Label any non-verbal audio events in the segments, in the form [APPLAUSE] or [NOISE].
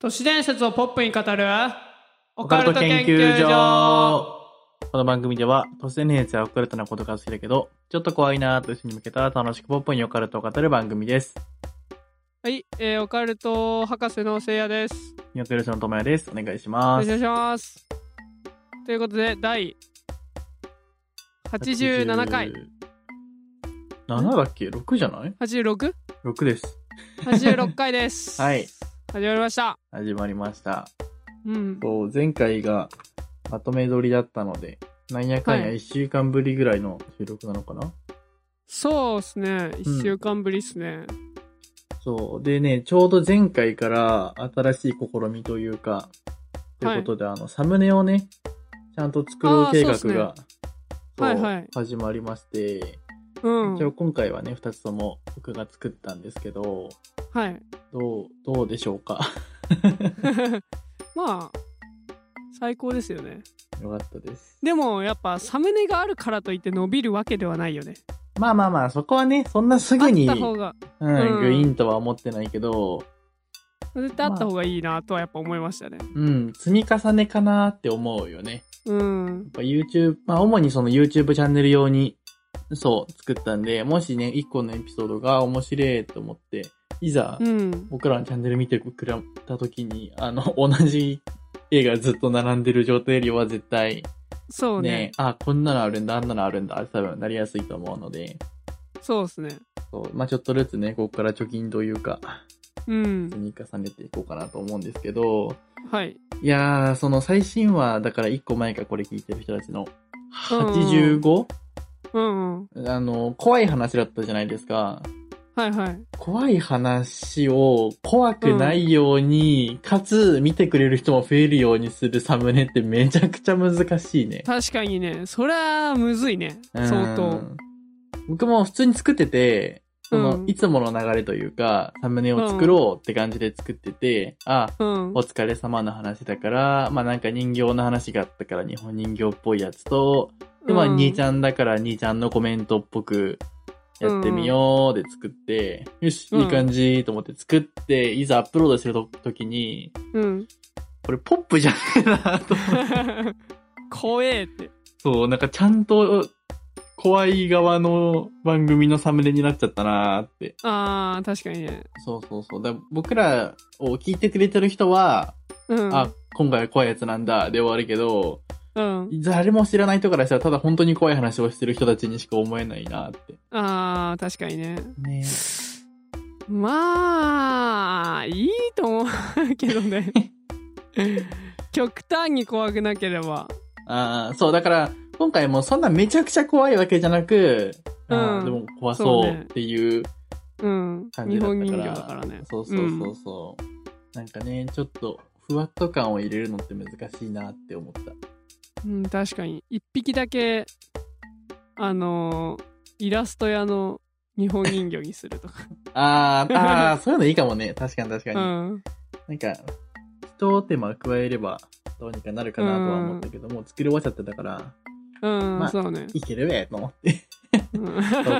都市伝説をポップに語るオオカカルルトト研研究究所所この番組では、突然熱やオカルトなことが好きだけど、ちょっと怖いなーという人に向けた楽しくポップにオカルトを語る番組です。はい、えー、オカルト博士のせいやですニョクルスのともやです。お願いしおま願す。いしますということで第87回。 7だっけ ?6 じゃない 86?86 ?6 です。回です [LAUGHS] はい始まりました始まりました。うんと前回がまとめ撮りだったので、なんやかんやはい1週間ぶりぐらいの収録なのかな、そうっすね1週間ぶりっすね、そう。でね、ちょうど前回から新しい試みというか、ということで、あの、サムネをね、ちゃんと作ろう計画あーそうっすねが、そうはいはい始まりまして、うん一応今回はね、二つとも僕が作ったんですけど、はい [LAUGHS] どう、どうでしょうか [LAUGHS] まあ最高ですよねよかったです。でもやっぱサムネがあるからといって伸びるわけではないよねまあまあまあ、そこはね、そんなすぐに、あった方がうん、うんグイーンとは思ってないけど、絶対あった方がいいなとはやっぱ思いましたね。うん、積み重ねかなって思うよね。うん。やっぱ YouTube、まあ主にその YouTube チャンネル用に、そう、作ったんで、もしね、一個のエピソードが面白いと思って、いざ、うん。僕らのチャンネル見てくれた時に、あの、同じ絵がずっと並んでる状態よりは絶対、そうね、ね。あ、こんなのあるんだ、あんなのあるんだ、多分なりやすいと思うので、そうですね。そう、まあちょっとずつね、ここから貯金というか、うん積。み重ねていこうかなと思うんですけど、はい。いやー、その最新話、だから一個前からこれ聞いてる人たちの、うんうん 85? うんうん。あの、怖い話だったじゃないですか。はいはい。怖い話を怖くないように、かつ見てくれる人も増えるようにするサムネってめちゃくちゃ難しいね。確かにね、そりゃむずいね。 [LAUGHS] 相う当。ん。僕も普通に作ってて、その、うんいつもの流れというか、サムネを作ろうって感じで作ってて、あ、うんお。疲れ様の話だから、まあなんか人形の話があったから日本人形っぽいやつと、で、まあ、うん兄ちゃんだから兄ちゃんのコメントっぽくやってみようで作って、よし、うんいい感じと思って作って、いざアップロードするときに、うん。 [LAUGHS] これポップじゃねえなと思って。怖えって。 [LAUGHS] そう、なんかちゃんと怖い側の番組のサムネになっちゃったなーって。ああ、確かにね。そうそうそう。だ僕らを聞いてくれてる人は、うん。あ、今回は怖いやつなんだで終わるけど、うん。誰も知らない人からしたらただ本当に怖い話をしてる人たちにしか思えないなーって。ああ、確かにね。ねまあ、いいと思うけど [LAUGHS] ね。極端に怖くなければ。ああ、そう、だから、今回もそんなめちゃくちゃ怖いわけじゃなく、あうーんでも怖そうそうねっていううん。感じ日だったから。本人形だからね。そうそうそうそう、なんかね、ちょっと、ふわっと感を入れるのって難しいなって思 [LAUGHS] った。うん、確かに。一匹だけ、あのーイラスト屋の日本人形にするとか。あーあー、そういうのいいかもね。確かに確かうに。ん。なんか、一手間加えれば、どうにかなるかなとは思ったけど、もう作り終わっちゃってたから、うん、まあそうね。いけるべと思って、うん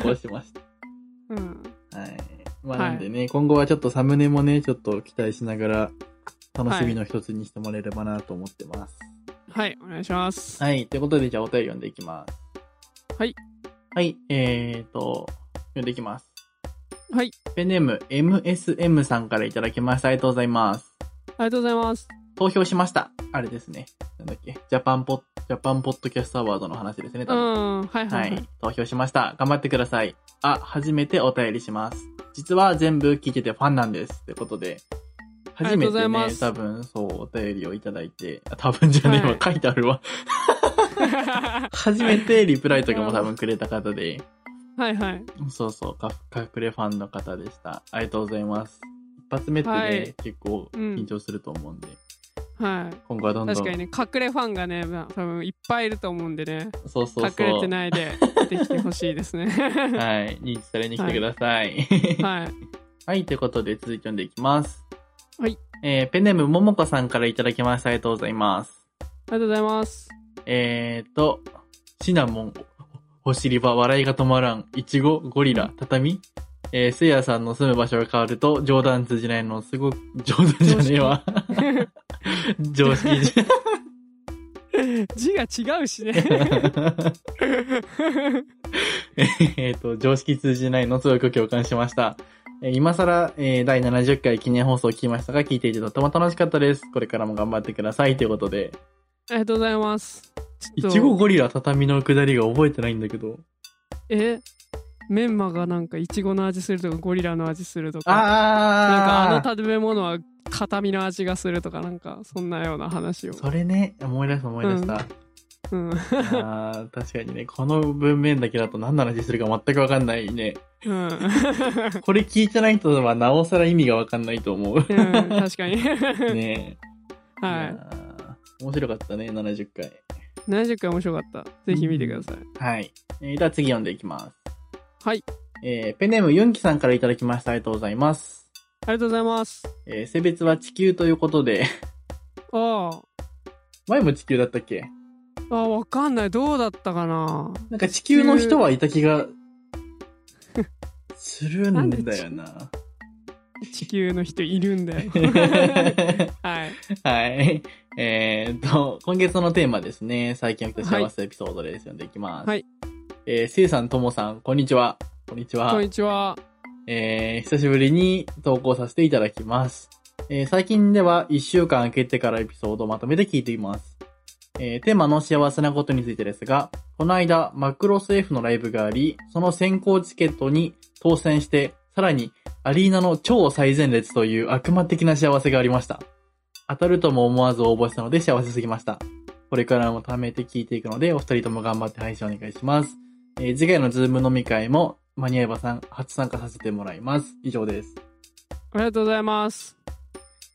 投稿しました。 [LAUGHS] うん。はい。まあ、はいなんでね、今後はちょっとサムネもね、ちょっと期待しながら、楽しみの一つにしてもらえればなと思ってます。はい、お願いします。はい。ということで、じゃあお便り読んでいきます。はい。はい、えーと、読んでいきます。はい、ペンネーム MSM さんからいただきました。ありがとうございます。ありがとうございます。投票しました。あれですね。なんだっけ。ジャパンポッ、ジャパンポッドキャストアワードの話ですね。う多分ん、はい [LAUGHS] はい、ははいい。投票しました。頑張ってください。あ、初めてお便りします。実は全部聞いててファンなんです。ってことで、り初がとめうござていねま、す多分、そう、お便りをいただいて、あ多分じゃねえわ、はい書いてあるわ。初めてリプライとかも多分くれた方で、 [LAUGHS] はいはい。そうそう、か隠れファンの方でした。ありがとうございます。一発目ってね、はい結構うん緊張すると思うんで、はい。今後はどんどん、確かにね、隠れファンがね、まあ多分いっぱいいると思うんでね、そうそう隠そう。れてないでできてほしいですね。 [LAUGHS] はい、認知されに来てくださいはい。はい、ということで続いて読んでいきます。はい。えーペンネームももこさんからいただきました。ありがとうございます。ありがとうござい [LAUGHS] ます。えーと、シナモン、おおお尻は笑いが止まらん、いちご、ゴリラ、畳、えー、せいやさんの住む場所が変わると、冗談通じないの、すごく、冗談じゃねえわ。常識じ字が違うしね。 [LAUGHS] ゃ。 [LAUGHS] えっと、常識通じないの、すごく共感しました。えー今更、えー第70回記念放送を聞きましたが、聞いていてとても楽しかったです。これからも頑張ってください。ということで、ありがとうございます。ちょいっとちごゴリラ畳の下りが覚えてないんだけど。えメンマがなんかイチゴの味するとかゴリラの味するとかなんかああの食べ物は片身の味がするとかなんかそんなような話を、それね、思い出した思い出した。 [LAUGHS] うんあー確かにね、この文面だけだと何の話するか全くわかんないね。うんうん、これ聞いてない人はなおさら意味がわかんないと思う。確かに、 [LAUGHS] ねえ。はいやー面白かったね、70回。 70回面白かったぜひ見てください、はい。えーでは次読んでいきます。はいえーペンネームユンキさんからいただきました。ありがとうございます。ありがとうございますえー性別は地球ということで、 [LAUGHS] ああ前も地球だったっけああわかんないどうだったかななんか地球の人はいた気が、するんだよな。地球の人いるん [LAUGHS] だよはいはい。えーっと、今月のテーマですね。最近起きた幸せエピソードです。読んでいきます。はい。えー、せいさん、ともさん、こんにちは。こんにちは。こんにちはえー、久しぶりに投稿させていただきます。えー、最近では1週間空けてからエピソードをまとめて聞いています。えー、テーマの幸せなことについてですが、この間、マクロス F のライブがあり、その先行チケットに当選して、さらにアリーナの超最前列という悪魔的な幸せがありました。当たるとも思わず応募したので幸せすぎました。これからも貯めて聞いていくので、お二人とも頑張って配信お願いします。えー次回のズーム飲み会も、間に合えばさん、初参加させてもらいます。以上です。ありがとうございます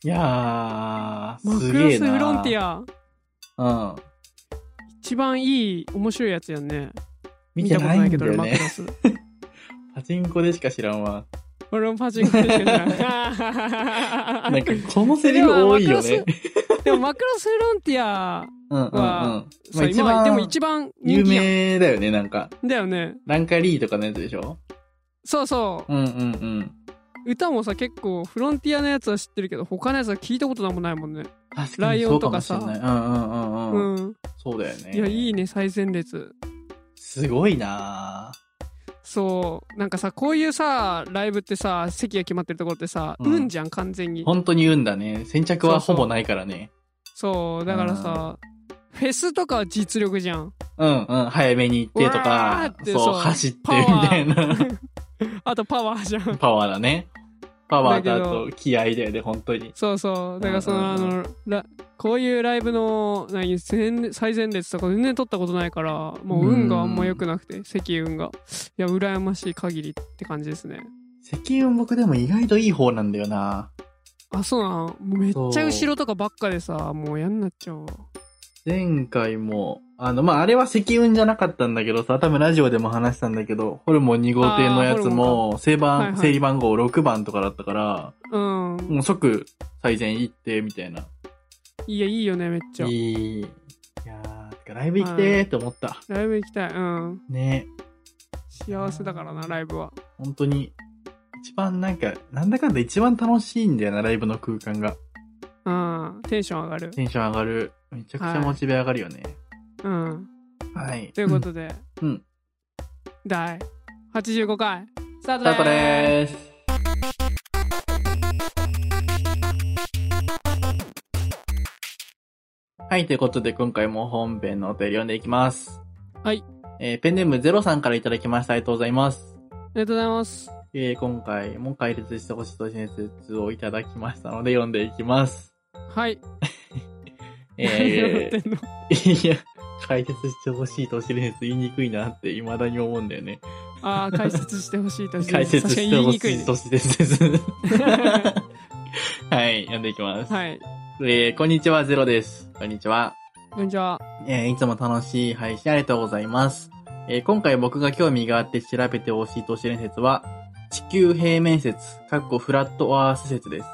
いやー、マクすげロえスな。フロンティアア。うん。一番いい面白いやつやんね見てないん見ただことよないけねど。マクロスパチンコでしか知らんわ。俺もパチンコでしか知らん [LAUGHS] なんか、このセリフ多いよでもねマク。 [LAUGHS] でもマクロスフロンティアうんうんうん。まさ、あ一今でも番一番人有気やん名だよね、なんか。だよねランカリーとかのやつでしょそうそう、うんうんうん。歌もさ結構フロンティアのやつは知ってるけど他のやつは聞いたことなんもないもんね確かラにイそオうンかともかしれさない。うんうんうんううん。ん、そうだよね。いやいいね最前列すごいなそうなんかさこういうさライブってさ席が決まってるところってさ、うん運じゃん完全に本当に運だね。先着はほぼないからね。そうだからさフェスとかは実力じゃんうんうん、早めに行ってとうわかーっ、てそ、そうう走ってみたいな。あとパワーじゃん [LAUGHS] パワーだね。パワーとあだけどと気合だよね、本当に。そうそうだからそのあうんうんのラこういうライブの何前最前列とか全然取ったことないからもう運があんま良くなくて席運がいや羨ましい限りって感じですね石運僕でも意外といい方なんだよな。あそうなんめっちゃ後ろとかばっかでさもう嫌になっちゃうわ前回も、あの、まあ、あれは石運じゃなかったんだけどさ、多分ラジオでも話したんだけど、ホルモン2号艇のやつも、正はい番、はい整理番号6番とかだったから、うんもう即最善行って、みたいな。いやいいよねめっちゃいい。いやー、てかライブ行きてーって思った。ライブ行きたいうんね。幸せだからなライブは本当に、一番なんか、なんだかんだ一番楽しいんだよな、ライブの空間が。うんテンション上がるテンション上がる。めちゃくちゃはいモチベ上がるよね。うんはい。ということでうんうん第85回スタートスタでートーでーす。はい、ということで今回も本編のお便り読んでいきます。はい。えーペンネームゼロさんからいただきました。ありがとうございます。ありがとうございますえー今回も解説してほしいという説をいただきましたので読んでいきます。はいえー [LAUGHS] 何やってんのいや、解説してほしい都市伝説言いにくいなって未だに思うんだよね。ああ解説してほしいとして解説して確かに言ほしいいにくいね都市伝説。 [LAUGHS] はい、読んでいきます。はいえーこんにちは、ゼロです。こんにちは。こんにちはえーいつも楽しい配信ありがとうございます。えー今回僕が興味があって調べてほしい都市伝説は、地球平面説、かっこフラットアース説です。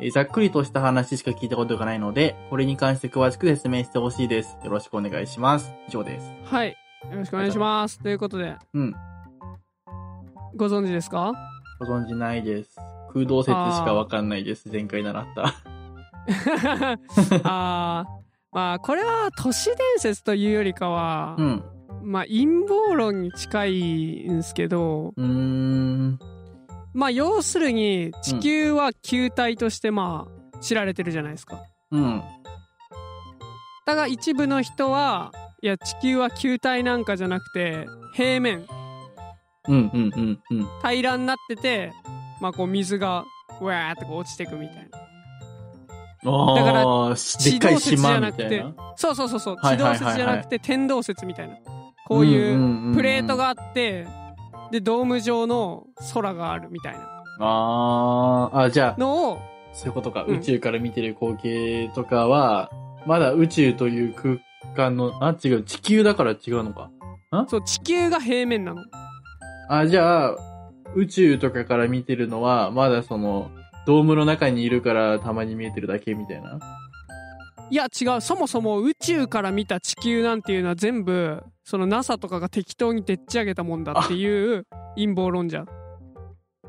えーざっくりとした話しか聞いたことがないので、これに関して詳しく説明してほしいです。よろしくお願いします。以上です。はいよろしくお願いしますということでうん。 [LAUGHS] ご存知ですかご存じないです。空洞説しかわかんないです。前回習った。あーまあこれは都市伝説というよりかは、うん。まあ陰謀論に近いんですけどうーん。まあ要するに地球は球体としてまあ知られてるじゃないですか。うん。だが一部の人はいや地球は球体なんかじゃなくて平面うんうんうんうん。平らになっててまあこう水がうわーってこう落ちてくみたいなだからああ、でっかい島みた地動説じいゃなな。そうそうそうそうはい地動はいはいはい説じゃなくて天動説みたいなこういううプレートががあってでドーム状の空があるみたいなあーあ、じゃあ、のをそういうことか。うん宇宙から見てる光景とかは、まだ宇宙という空間の、あ、違う、地球だから違うのか。そう地球が平面なのあ、じゃあ、宇宙とかから見てるのは、まだその、ドームの中にいるからたまに見えてるだけみたいな。いや違うそもそも宇宙から見た地球なんていうのは全部その NASA とかが適当にでっち上げたもんだっていう陰謀論じゃん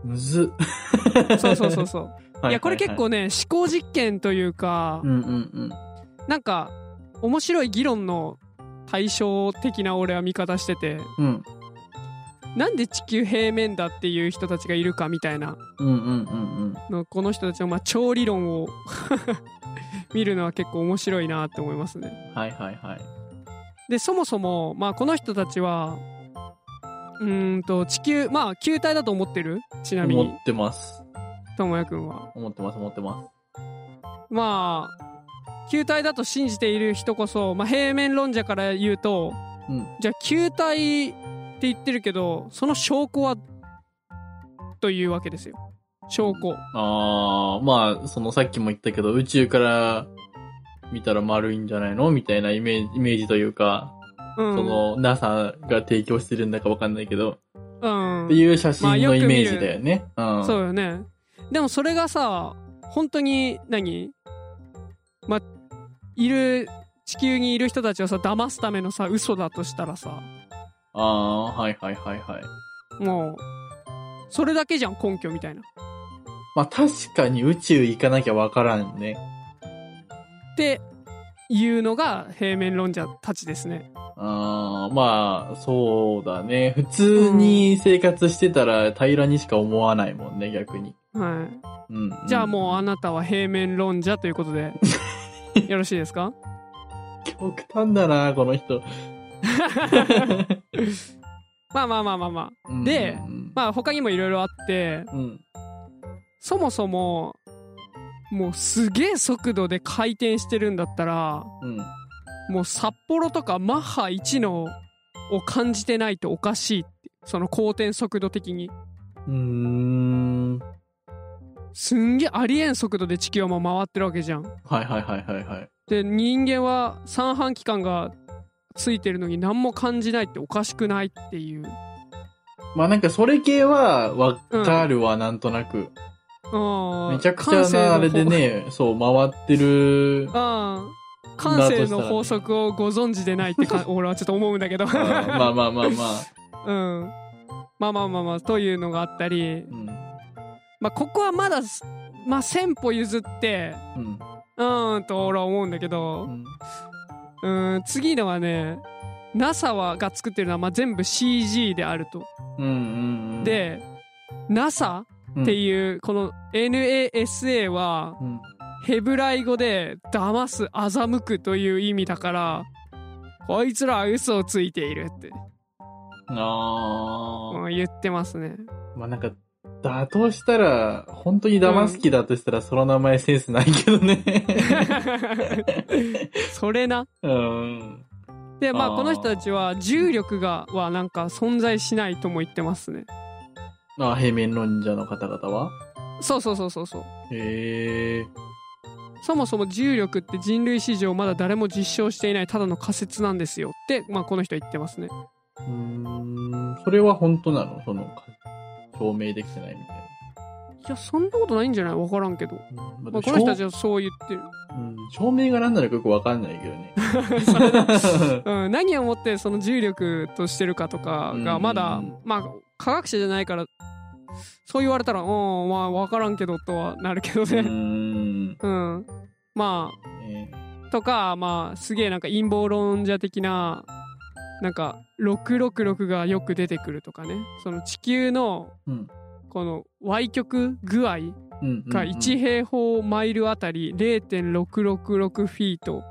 むずっ。そうそうそうそう [LAUGHS] はいやこれ結はい構ね思考実験というか、はい。うんうんなんか面白い議論の対照的な俺は見方しててうん。うん。なんで地球平面だっていう人たちがいるかみたいなうんうんうんのこの人たちのまあ超理論を [LAUGHS] 見るのは結構面白いなって思いますね。うん。はいはいはい。でそもそも、まあ、この人たちはうーんと地球まあ球体だと思ってるちなみ思にってます。智也くんは。思ってます思ってます。まあ球体だと信じている人こそ、まあ、平面論者から言うとうん。じゃあ球体って言ってるけどその証拠はというわけですよ証拠ああ、まあ、そのさっきも言ったけど、宇宙から見たら丸いんじゃないのみたいなイメージ、イメージというか、うんその NASA が提供してるんだかわかんないけど、うんっていう写まあ真よのく見イるメージだよね。うん。そうよねでもそれがさ本当に何まいる地球にいる人たちをさ騙すためのさ嘘だとしたらさああ、はいはいはいはい。もうそれだけじゃん根拠みたいな。まあ確かに宇宙行かなきゃわからんね。っていうのが平面論者たちですね。あーまあ、そうだね。普通に生活してたら平らにしか思わないもんね、逆に。はいうん、じゃあもうあなたは平面論者ということ [LAUGHS] でよろしいですかうん。極端だな、この [LAUGHS] 人。まあまあまあまあまあでうん、まあ他にもいろいろあってうん。そもそももうすげえ速度で回転してるんだったらうん。もう札幌とかマッハ1のを感じてないとおかしいってその公転速度的にうーん。すんげえありえん速度で地球はもう回ってるわけじゃん。はいはいはいはいはい。で人間は三半規管がついてるのに何も感じないっておかしくないっていうまあなんかそれ系はわかるわ、なんとなく。あーめちゃくちゃなあれでね、そう、回ってる。 [LAUGHS] ああ感性の法則をご存知でないってか俺はちょっと思うんだけどうあーまあまあまあまあ。 [LAUGHS] んまあまあまあまあというのがあったりう、ん。まあ、ここはまだすまあ1,000歩譲ってうん。うーんと俺は思うんだけうどんうーん次のはね NASA はが作ってるのはまあ全部 CG であると。うんうんうん。、で NASA ってういうこの NASA はん。うんヘブライ語で騙す欺くという意味だからこいつらは嘘をついているってあーうん言ってます [LAUGHS] ねまあなんか、だとしたら、本当にダマスキだとしたら、その名前センスないけど [LAUGHS] ね。それなうん。でまああーこの人たちは重力がはなんか存在しないとも言ってますねあ、平面論者の方々はそうそうそうそうそうへえ。そもそも重力って人類史上まだ誰も実証していないただの仮説なんですよって、まあ、この人は言ってますねうーん。それは本当なのその、か証明できてないみたいいやそんなことないんじゃない分からんけど、な。うんまあまあ、この人たち証はそう言ってるうん、証明が何なのかよくわかんないけど [LAUGHS] ね。うん、何をもってその重力としてるかとかがまだ、うんまあ科学者じゃないからそう言われたら、うん、まあ、わからんけどとはなるけどうーね。ん。うん。まえあ、とか、まあ、すげえなんか陰謀論者的な、なんか、666がよく出てくるとかね。その地球の、ーうん。この、歪曲具合うんうん。が1平方マイルあたり0.666フィート。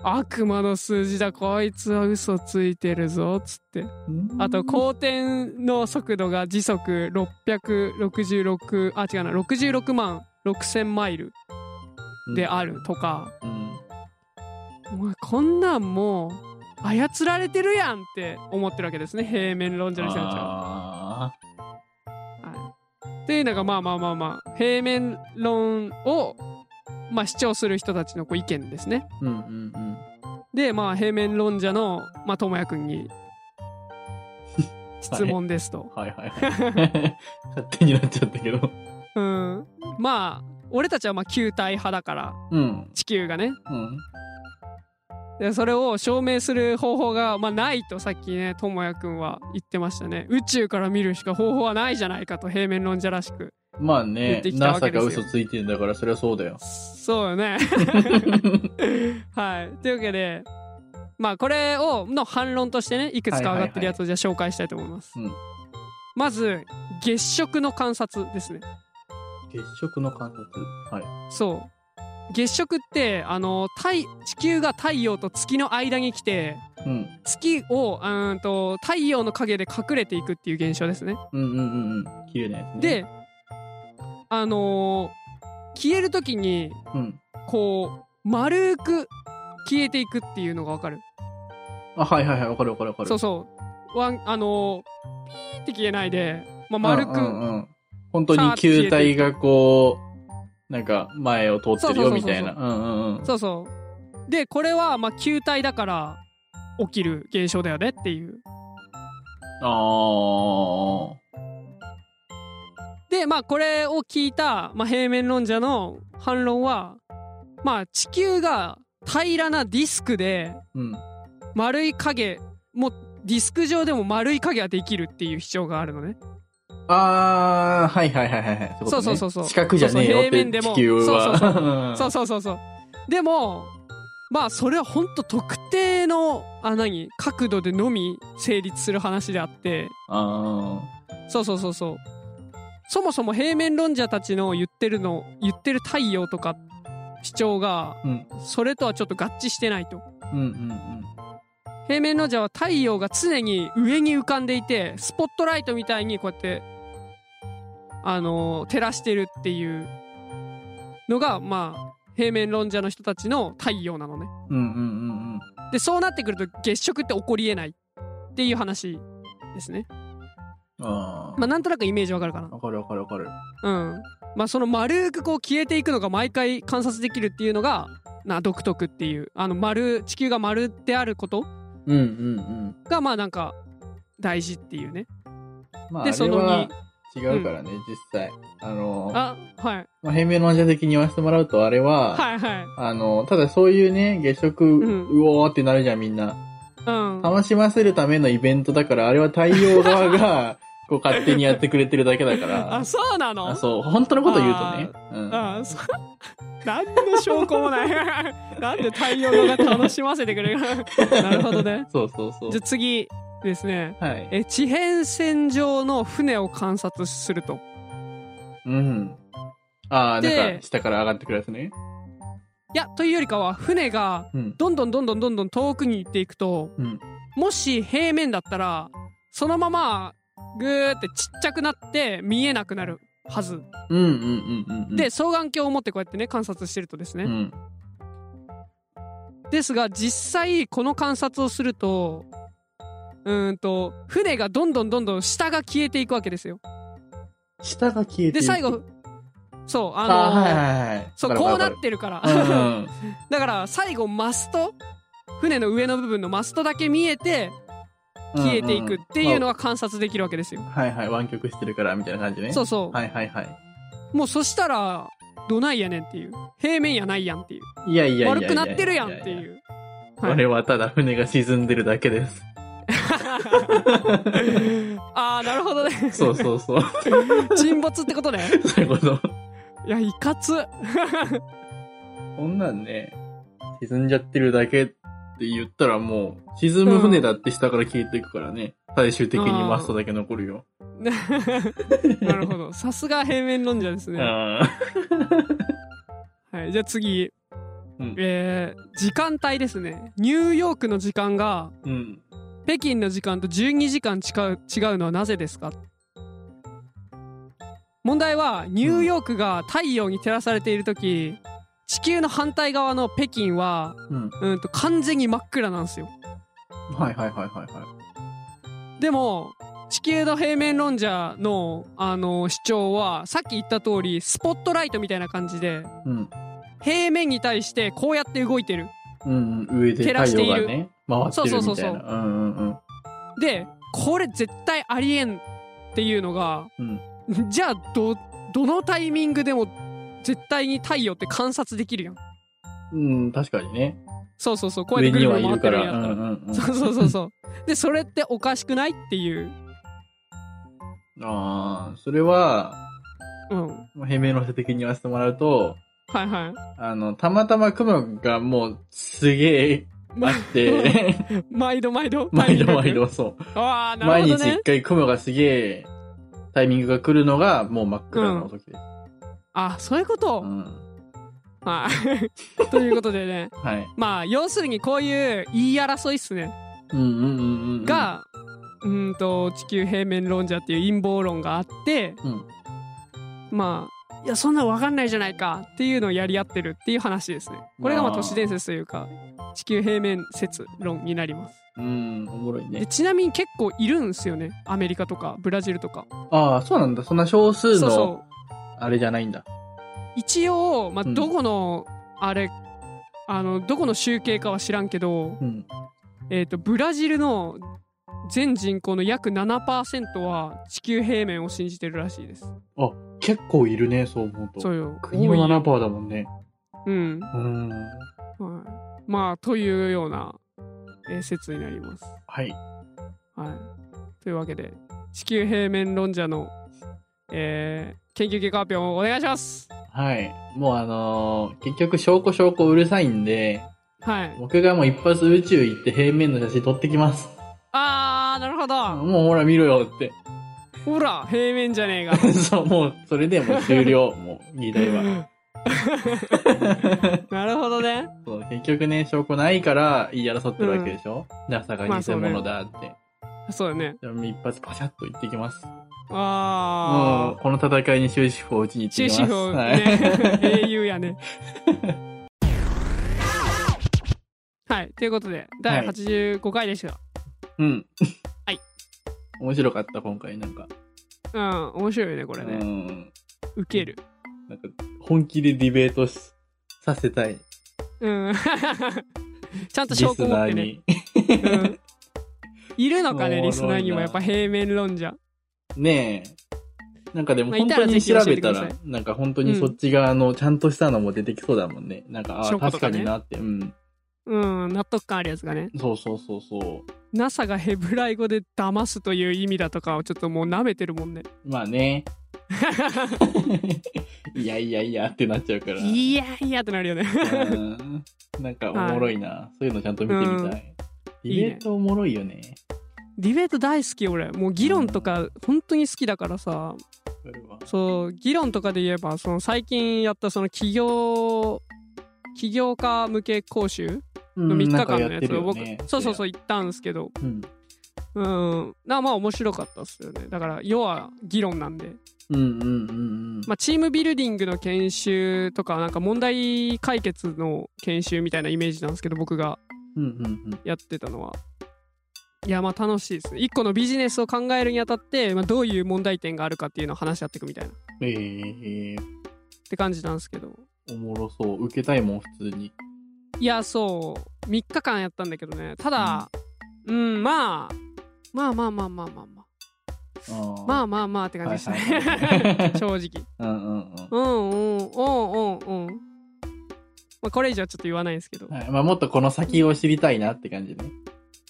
悪魔の数字だ、こいつは嘘ついてるぞ、つって。うんあと、公転の速度が時速666、あ、違うな、66万6000マイルであるとか、うん。お前こんなんもう操られてるやんって思ってるわけですね、平面論者の人たちは。あはい、っていうのが、まあまあまあまあ、平面論を、まあ、主張する人たちのこう意見ですね。ーうんうんうん。で、まあ、平面論者の、まあ、ともやくん [LAUGHS] に質問ですと。はいはいはい。勝手になっちゃったけど。うん、まあ俺たちはまあ球体派だからうん。地球がねうん。でそれを証明する方法が、まあ、ないとさっきねともやくんは言ってましたね宇宙から見るしか方法はないじゃないかと平面論者らしくまあ言ねっ、てきたわ NASA けですがよ嘘ついてんだから、そりゃそうだよ。そうよ [LAUGHS] ねはいというわけでまあこれをの反論としてねいくつか上がってるやつをじゃあ紹介したいと思います、うんまず月食の観察ですね月食の観察。はい。そう月食ってあの太地球が太陽と月の間に来てうん。月をうーんと太陽の影で隠れていくっていう現象ですね。うんうんうんうん。綺麗なやつね。、であのー消える時にうん。こう丸く消えていくっていうのがわかるあ、はいはいはい。わかるわかるわかる。そうそうわんあのーピーって消えないで、まあ、丸く、うんうんうん本当に球体がこう、なんか前を通ってるよみたいな。そうんうんうん。そうそうでこれはまあ球体だから起きる現象だよねっていうあでまあこれを聞いた、まあ、平面論者の反論はまあ地球が平らなディスクであ。うん。丸い影もディスク上でも丸い影はできるっていう主張があるのねあー、はいはいはいはいはい。いことねそうそうそうそう四角じゃねえよそうそう平って面でも地球は。 [LAUGHS] そうそうそうそうそうでもまあそれはほんと特定のあ何角度でのみ成立する話であってあそうそうそうそうそもそも平面論者たちの言ってるの言ってる太陽とか主張がー。うん。それとはちょっと合致してないとうんうん平面のじゃは太陽が常に上に浮かんでいてスポットライトみたいにこうやってあのー照らしてるっていうのがまあ平面論者の人たちの太陽なのねうん。うんうんでそうなってくると月食って起こりえないっていう話ですねうんうん。あまあなんとなくイメージわかるかー。わかるわかるわかる。なうんまあその丸くこう消えていくのが毎回観察できるっていうのがな独特っていうあの丸地球が丸であることうんうんうん。がまあなんか大事っていうねまあ、あでれそのは2違うからね、実際。あの、あはいまあ、平面論者的に言わせてもらうと、あれは、はいはい。あの、ただそういうね、月食、んうおーってなるじゃん、みんな。うん。楽しませるためのイベントだから、あれは太陽側 [LAUGHS] が、こう勝手にやってくれてるだけだから。あ、そうなのあそう、本当のこと言うとね。うん。 [LAUGHS] あそう。何の証拠もない。 [LAUGHS] なんで太陽が楽しませてくれる [LAUGHS] なるほどね。そうそうそうじゃ。あ次ですね。はい。え地平線上の船を観察すると。うん。ああ、なんかで、下から上がってくるやつね。いや、というよりかは、船がうん。どんどんどんどんどんどん遠くに行っていくと、うん。もし平面だったら、そのままぐーってちっちゃくなって見えなくなるはず。うんうんうんうんうん。で、、双眼鏡を持ってこうやってね、観察してるとですね。うん。ですが実際この観察をするとうーんと船がどんどんどんどん下が消えていくわけですよ。下が消えていくで最、後そうあのあーはいはいはい。そうわかるこわうかなるってるから、うん。だから最後マスト船の上の部分のマストだけ見えて [LAUGHS] 消えていくっていうのは、が観察できるわけですよ。まあはいはい、湾曲してるから、みたいな感じね。そうそう、はいはいはい。もうそしたらどないやねんっていう平面やないやんっていういやいやいやい悪やいやくなってるやんっていう。 [LAUGHS] 我はただ船が沈んでるだけです。ああ、なるほどね。そうそうそう。沈没ってことね。そういうこと。いや、いかつ。 [LAUGHS] こんなんね、沈んじゃってるだけって言ったらもう、沈む船だって下から消えていくからね、最終的にマストだけ残るよ。なるほど。さすが平面論者ですね。あはい、じゃあ次。うんえー時間帯ですね。ニューヨークの時間がーうん。北京の時間と12時間違う違うのはなぜですか問題はニューヨークが太陽に照らされている時地球の反対側の北京は、うん。うん、と完全に真っ暗なんですよはいはいはいはいはでも地球の平面論者の、あの主張はさっき言った通りスポットライトみたいな感じでい。うん。平面に対してこうやって動いてるうんうん、上で照らし太てい陽るがね、回ってるみたそいな。うそうそうそううんうんうん。でこれ絶対ありえんっていうのが、じゃあどどのタイミングでも絶対に太陽って観察できるやんうん、確かにね。そうそうそうこうや上ってぐにるぐはるい回るってかるんら。やっうんたら、うんうん。そうそうそうそうでそれっておかしくないっていうああ、それは、うんは平面の人的に言わせてもらうと、いはいあの、たまたま雲がもう、すげえ、あま [LAUGHS] って、毎度毎度 [LAUGHS] 毎度毎度そう。ああなる毎ほ日どね一回雲がすげえ、タイミングが来るのが、もう真っ暗の時です。あそういうこうと、ん。はいという [LAUGHS] ことでねはい。まあ要するにこういう言い争いっすねうんうんうんうんうん。、が、うーんと地球平面論者っていう陰謀論があってうん。まあいやそんなわかんないじゃないかっていうのをやり合ってるっていう話ですねこれがまあまあ都市伝説というか地球平面説論になりますうん、おもろいでね。ちなみに結構いるんすよねアメリカとかブラジルとかああ、そうなんだ。そんな少数そうの、そあれじゃないんうだ。一応、まあ、うんどこのあれ、あのどこの集計かは知らんけど、うん。えー、とブラジルの全人口の約7%は地球平面を信じてるらしいです結構いるね、そう思うと。そうよ。国も7%パーだもんね。多いうん。はうん。い。まあ、というような、えー説になります。はい。はい。というわけで、地球平面論者の、えー研究結果発表をお願いします。はい。もうあのー結局証拠証拠うるさいんで、はい。僕がもう一発宇宙行って平面の写真撮ってきます。あー、なるほど。もうほら見ろよって。 [LAUGHS] ほら、平面じゃねえそう、もう、それでもう終 [LAUGHS] 了、もう、議題は。か。なるほどね。そう結局ね、証拠ないから言い争ってるわけでしょ、?NASA がまあそ偽うね物だって。そうだね。でも一発パシャッと言ってきます。もあう、この戦いに終止符を打ちに行ー。終ってきます。止符をはいね、 [LAUGHS] 英雄やね。はい。ということで、第85回でした。うん。はい。 [LAUGHS] 面白かった、今回なんか。うん、面白いよね、これうね。ん。ウケる。なんか、本気でディベートしさせたい。うん。 [LAUGHS] ちゃんとリ証ス拠持っナてーね。に。うんいるのかね、おもろいなリスナーにも。やっぱ平面論者。ねえ。なんかでもまあい本た当らにぜひ教調えてべくただらさい、なんか本当にそっち側のちゃんとしたのも出てきそうだもんね。なんか、あ証拠あ、と確かかねになって。うん。うん、納得感あるやつがね。そうそうそうそ NASA がヘブライ語で騙すという意味だとかをちょっともう舐めてるもんね。う。ま [LAUGHS] あね。いやいやいやってなっちゃうから。いやいやってなるよ [LAUGHS] ね。うんなんかおもろいな、そういうのちゃんと見てみたい。うんディベートおもろいよね。ディベート大好き俺。もう議論とか本当に好きだからさ。それは。そう、議論とかで言えば、その最近やったその企業、起業家向け講習うんの3日なん間かのやつを僕、やってるよねそうそうそう行ったんですけど、うん。うん、なまあ面白かったっすよねだから要は議論なんで、うんうんうんうん。まあ、チームビルディングの研修とかなんか問題解決の研修みたいなイメージなんですけど僕がうんうんやってたのはいやまあ楽しいですね一個のビジネスを考えるにあたって、まあ、どういう問題点があるかっていうのを話し合っていくみたいなっうん。ええて感じなんですけどおもろそう。受けたいもん、普通に。いやそう3日間やったんだけどねただうん、まあまあまあまあまあまあまああまああまあまあって感じでしたはいはいはね [LAUGHS] い正直うんうんうん。うんうんうんうんうん。まあ、これ以上はちょっと言わないですけど。はい、まあもっとこの先を知りたいなって感じね。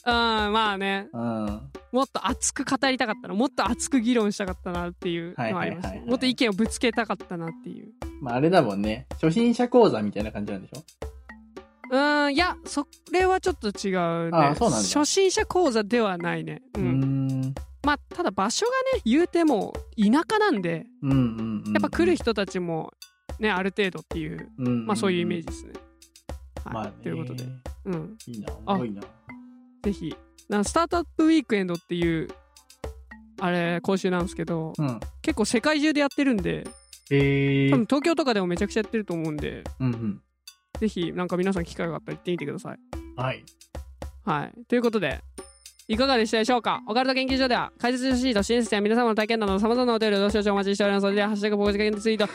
まあねうん。もっと熱く語りたかったなもっと熱く議論したかったなっていうのはありました、はいはいはいはいもっと意見をぶつけたかったなっていうまあ、あれだもんね。初心者講座みたいな感じなんでしょうーんいやそれはちょっと違うねあそうなんだ初心者講座ではないねう、うんーん。まあただ場所がね言うても田舎なんでうんうんうん。やっぱ来る人たちもねある程度っていううんうんうんまあそういうイメージ。ですね、はいまあね、ということで、うん、いいな、あ多いな。ぜひなスタートアップウィークエンドっていうあれ講習なんですけどうん。結構世界中でやってるんでえ多ー分。東京とかでもめちゃくちゃやってると思うんでうんうん。ぜひなんか皆さん機会があったら行ってみてくださいはい。はい。ということで、いかがでしたでしょうかオカルト研究所では、解説シート、親切や皆様の体験など、様々なお便りをどしどしお待ちしておりますので、ハッシュタグポコチカ研ツイート、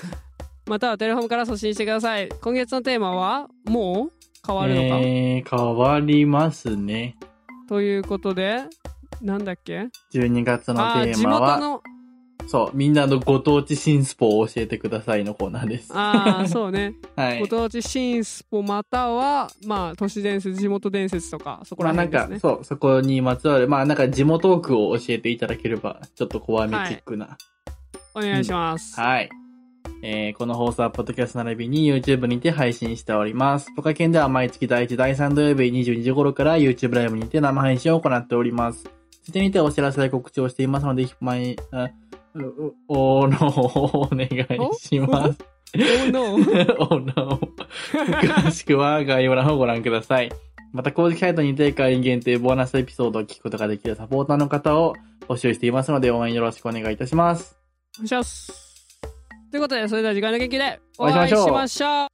またはテレフォンから送信してください。今月のテーマは、もう変わるのか、えー、変わりますね。ということで、なんだっけ12月のああー、テ地ーマ元は、の、そう、みんなのご当地新スポを教えてくださいのコーナーです。ああ、そうね。はいご。当地新スポまたは、まあ、都市伝説、地元伝説とか、そこまらあな辺んでかす、ね。そう、そこにまつわる、まあなんか地元区を教えていただければ、ちょっとコアメチックな。お願いします。はい。えーこの放送はポッドキャスト並びに YouTube にて配信しております。ポカケンでは毎月第1、第3土曜日22時頃から YouTube ライブにて生配信を行っております。ついでにてお知らせや告知をしていますので、毎、あううおの、お願いします。 Oh no. [LAUGHS] [LAUGHS] おの。詳しくは概要欄をご覧ください。また公式サイトにて会員限定ボーナスエピソードを聞くことができるサポーターの方を募集していますので応援よろしくお願いいたします。お願いします。ということで、それでは次回の研究でおお会会いいしましょうしましょう。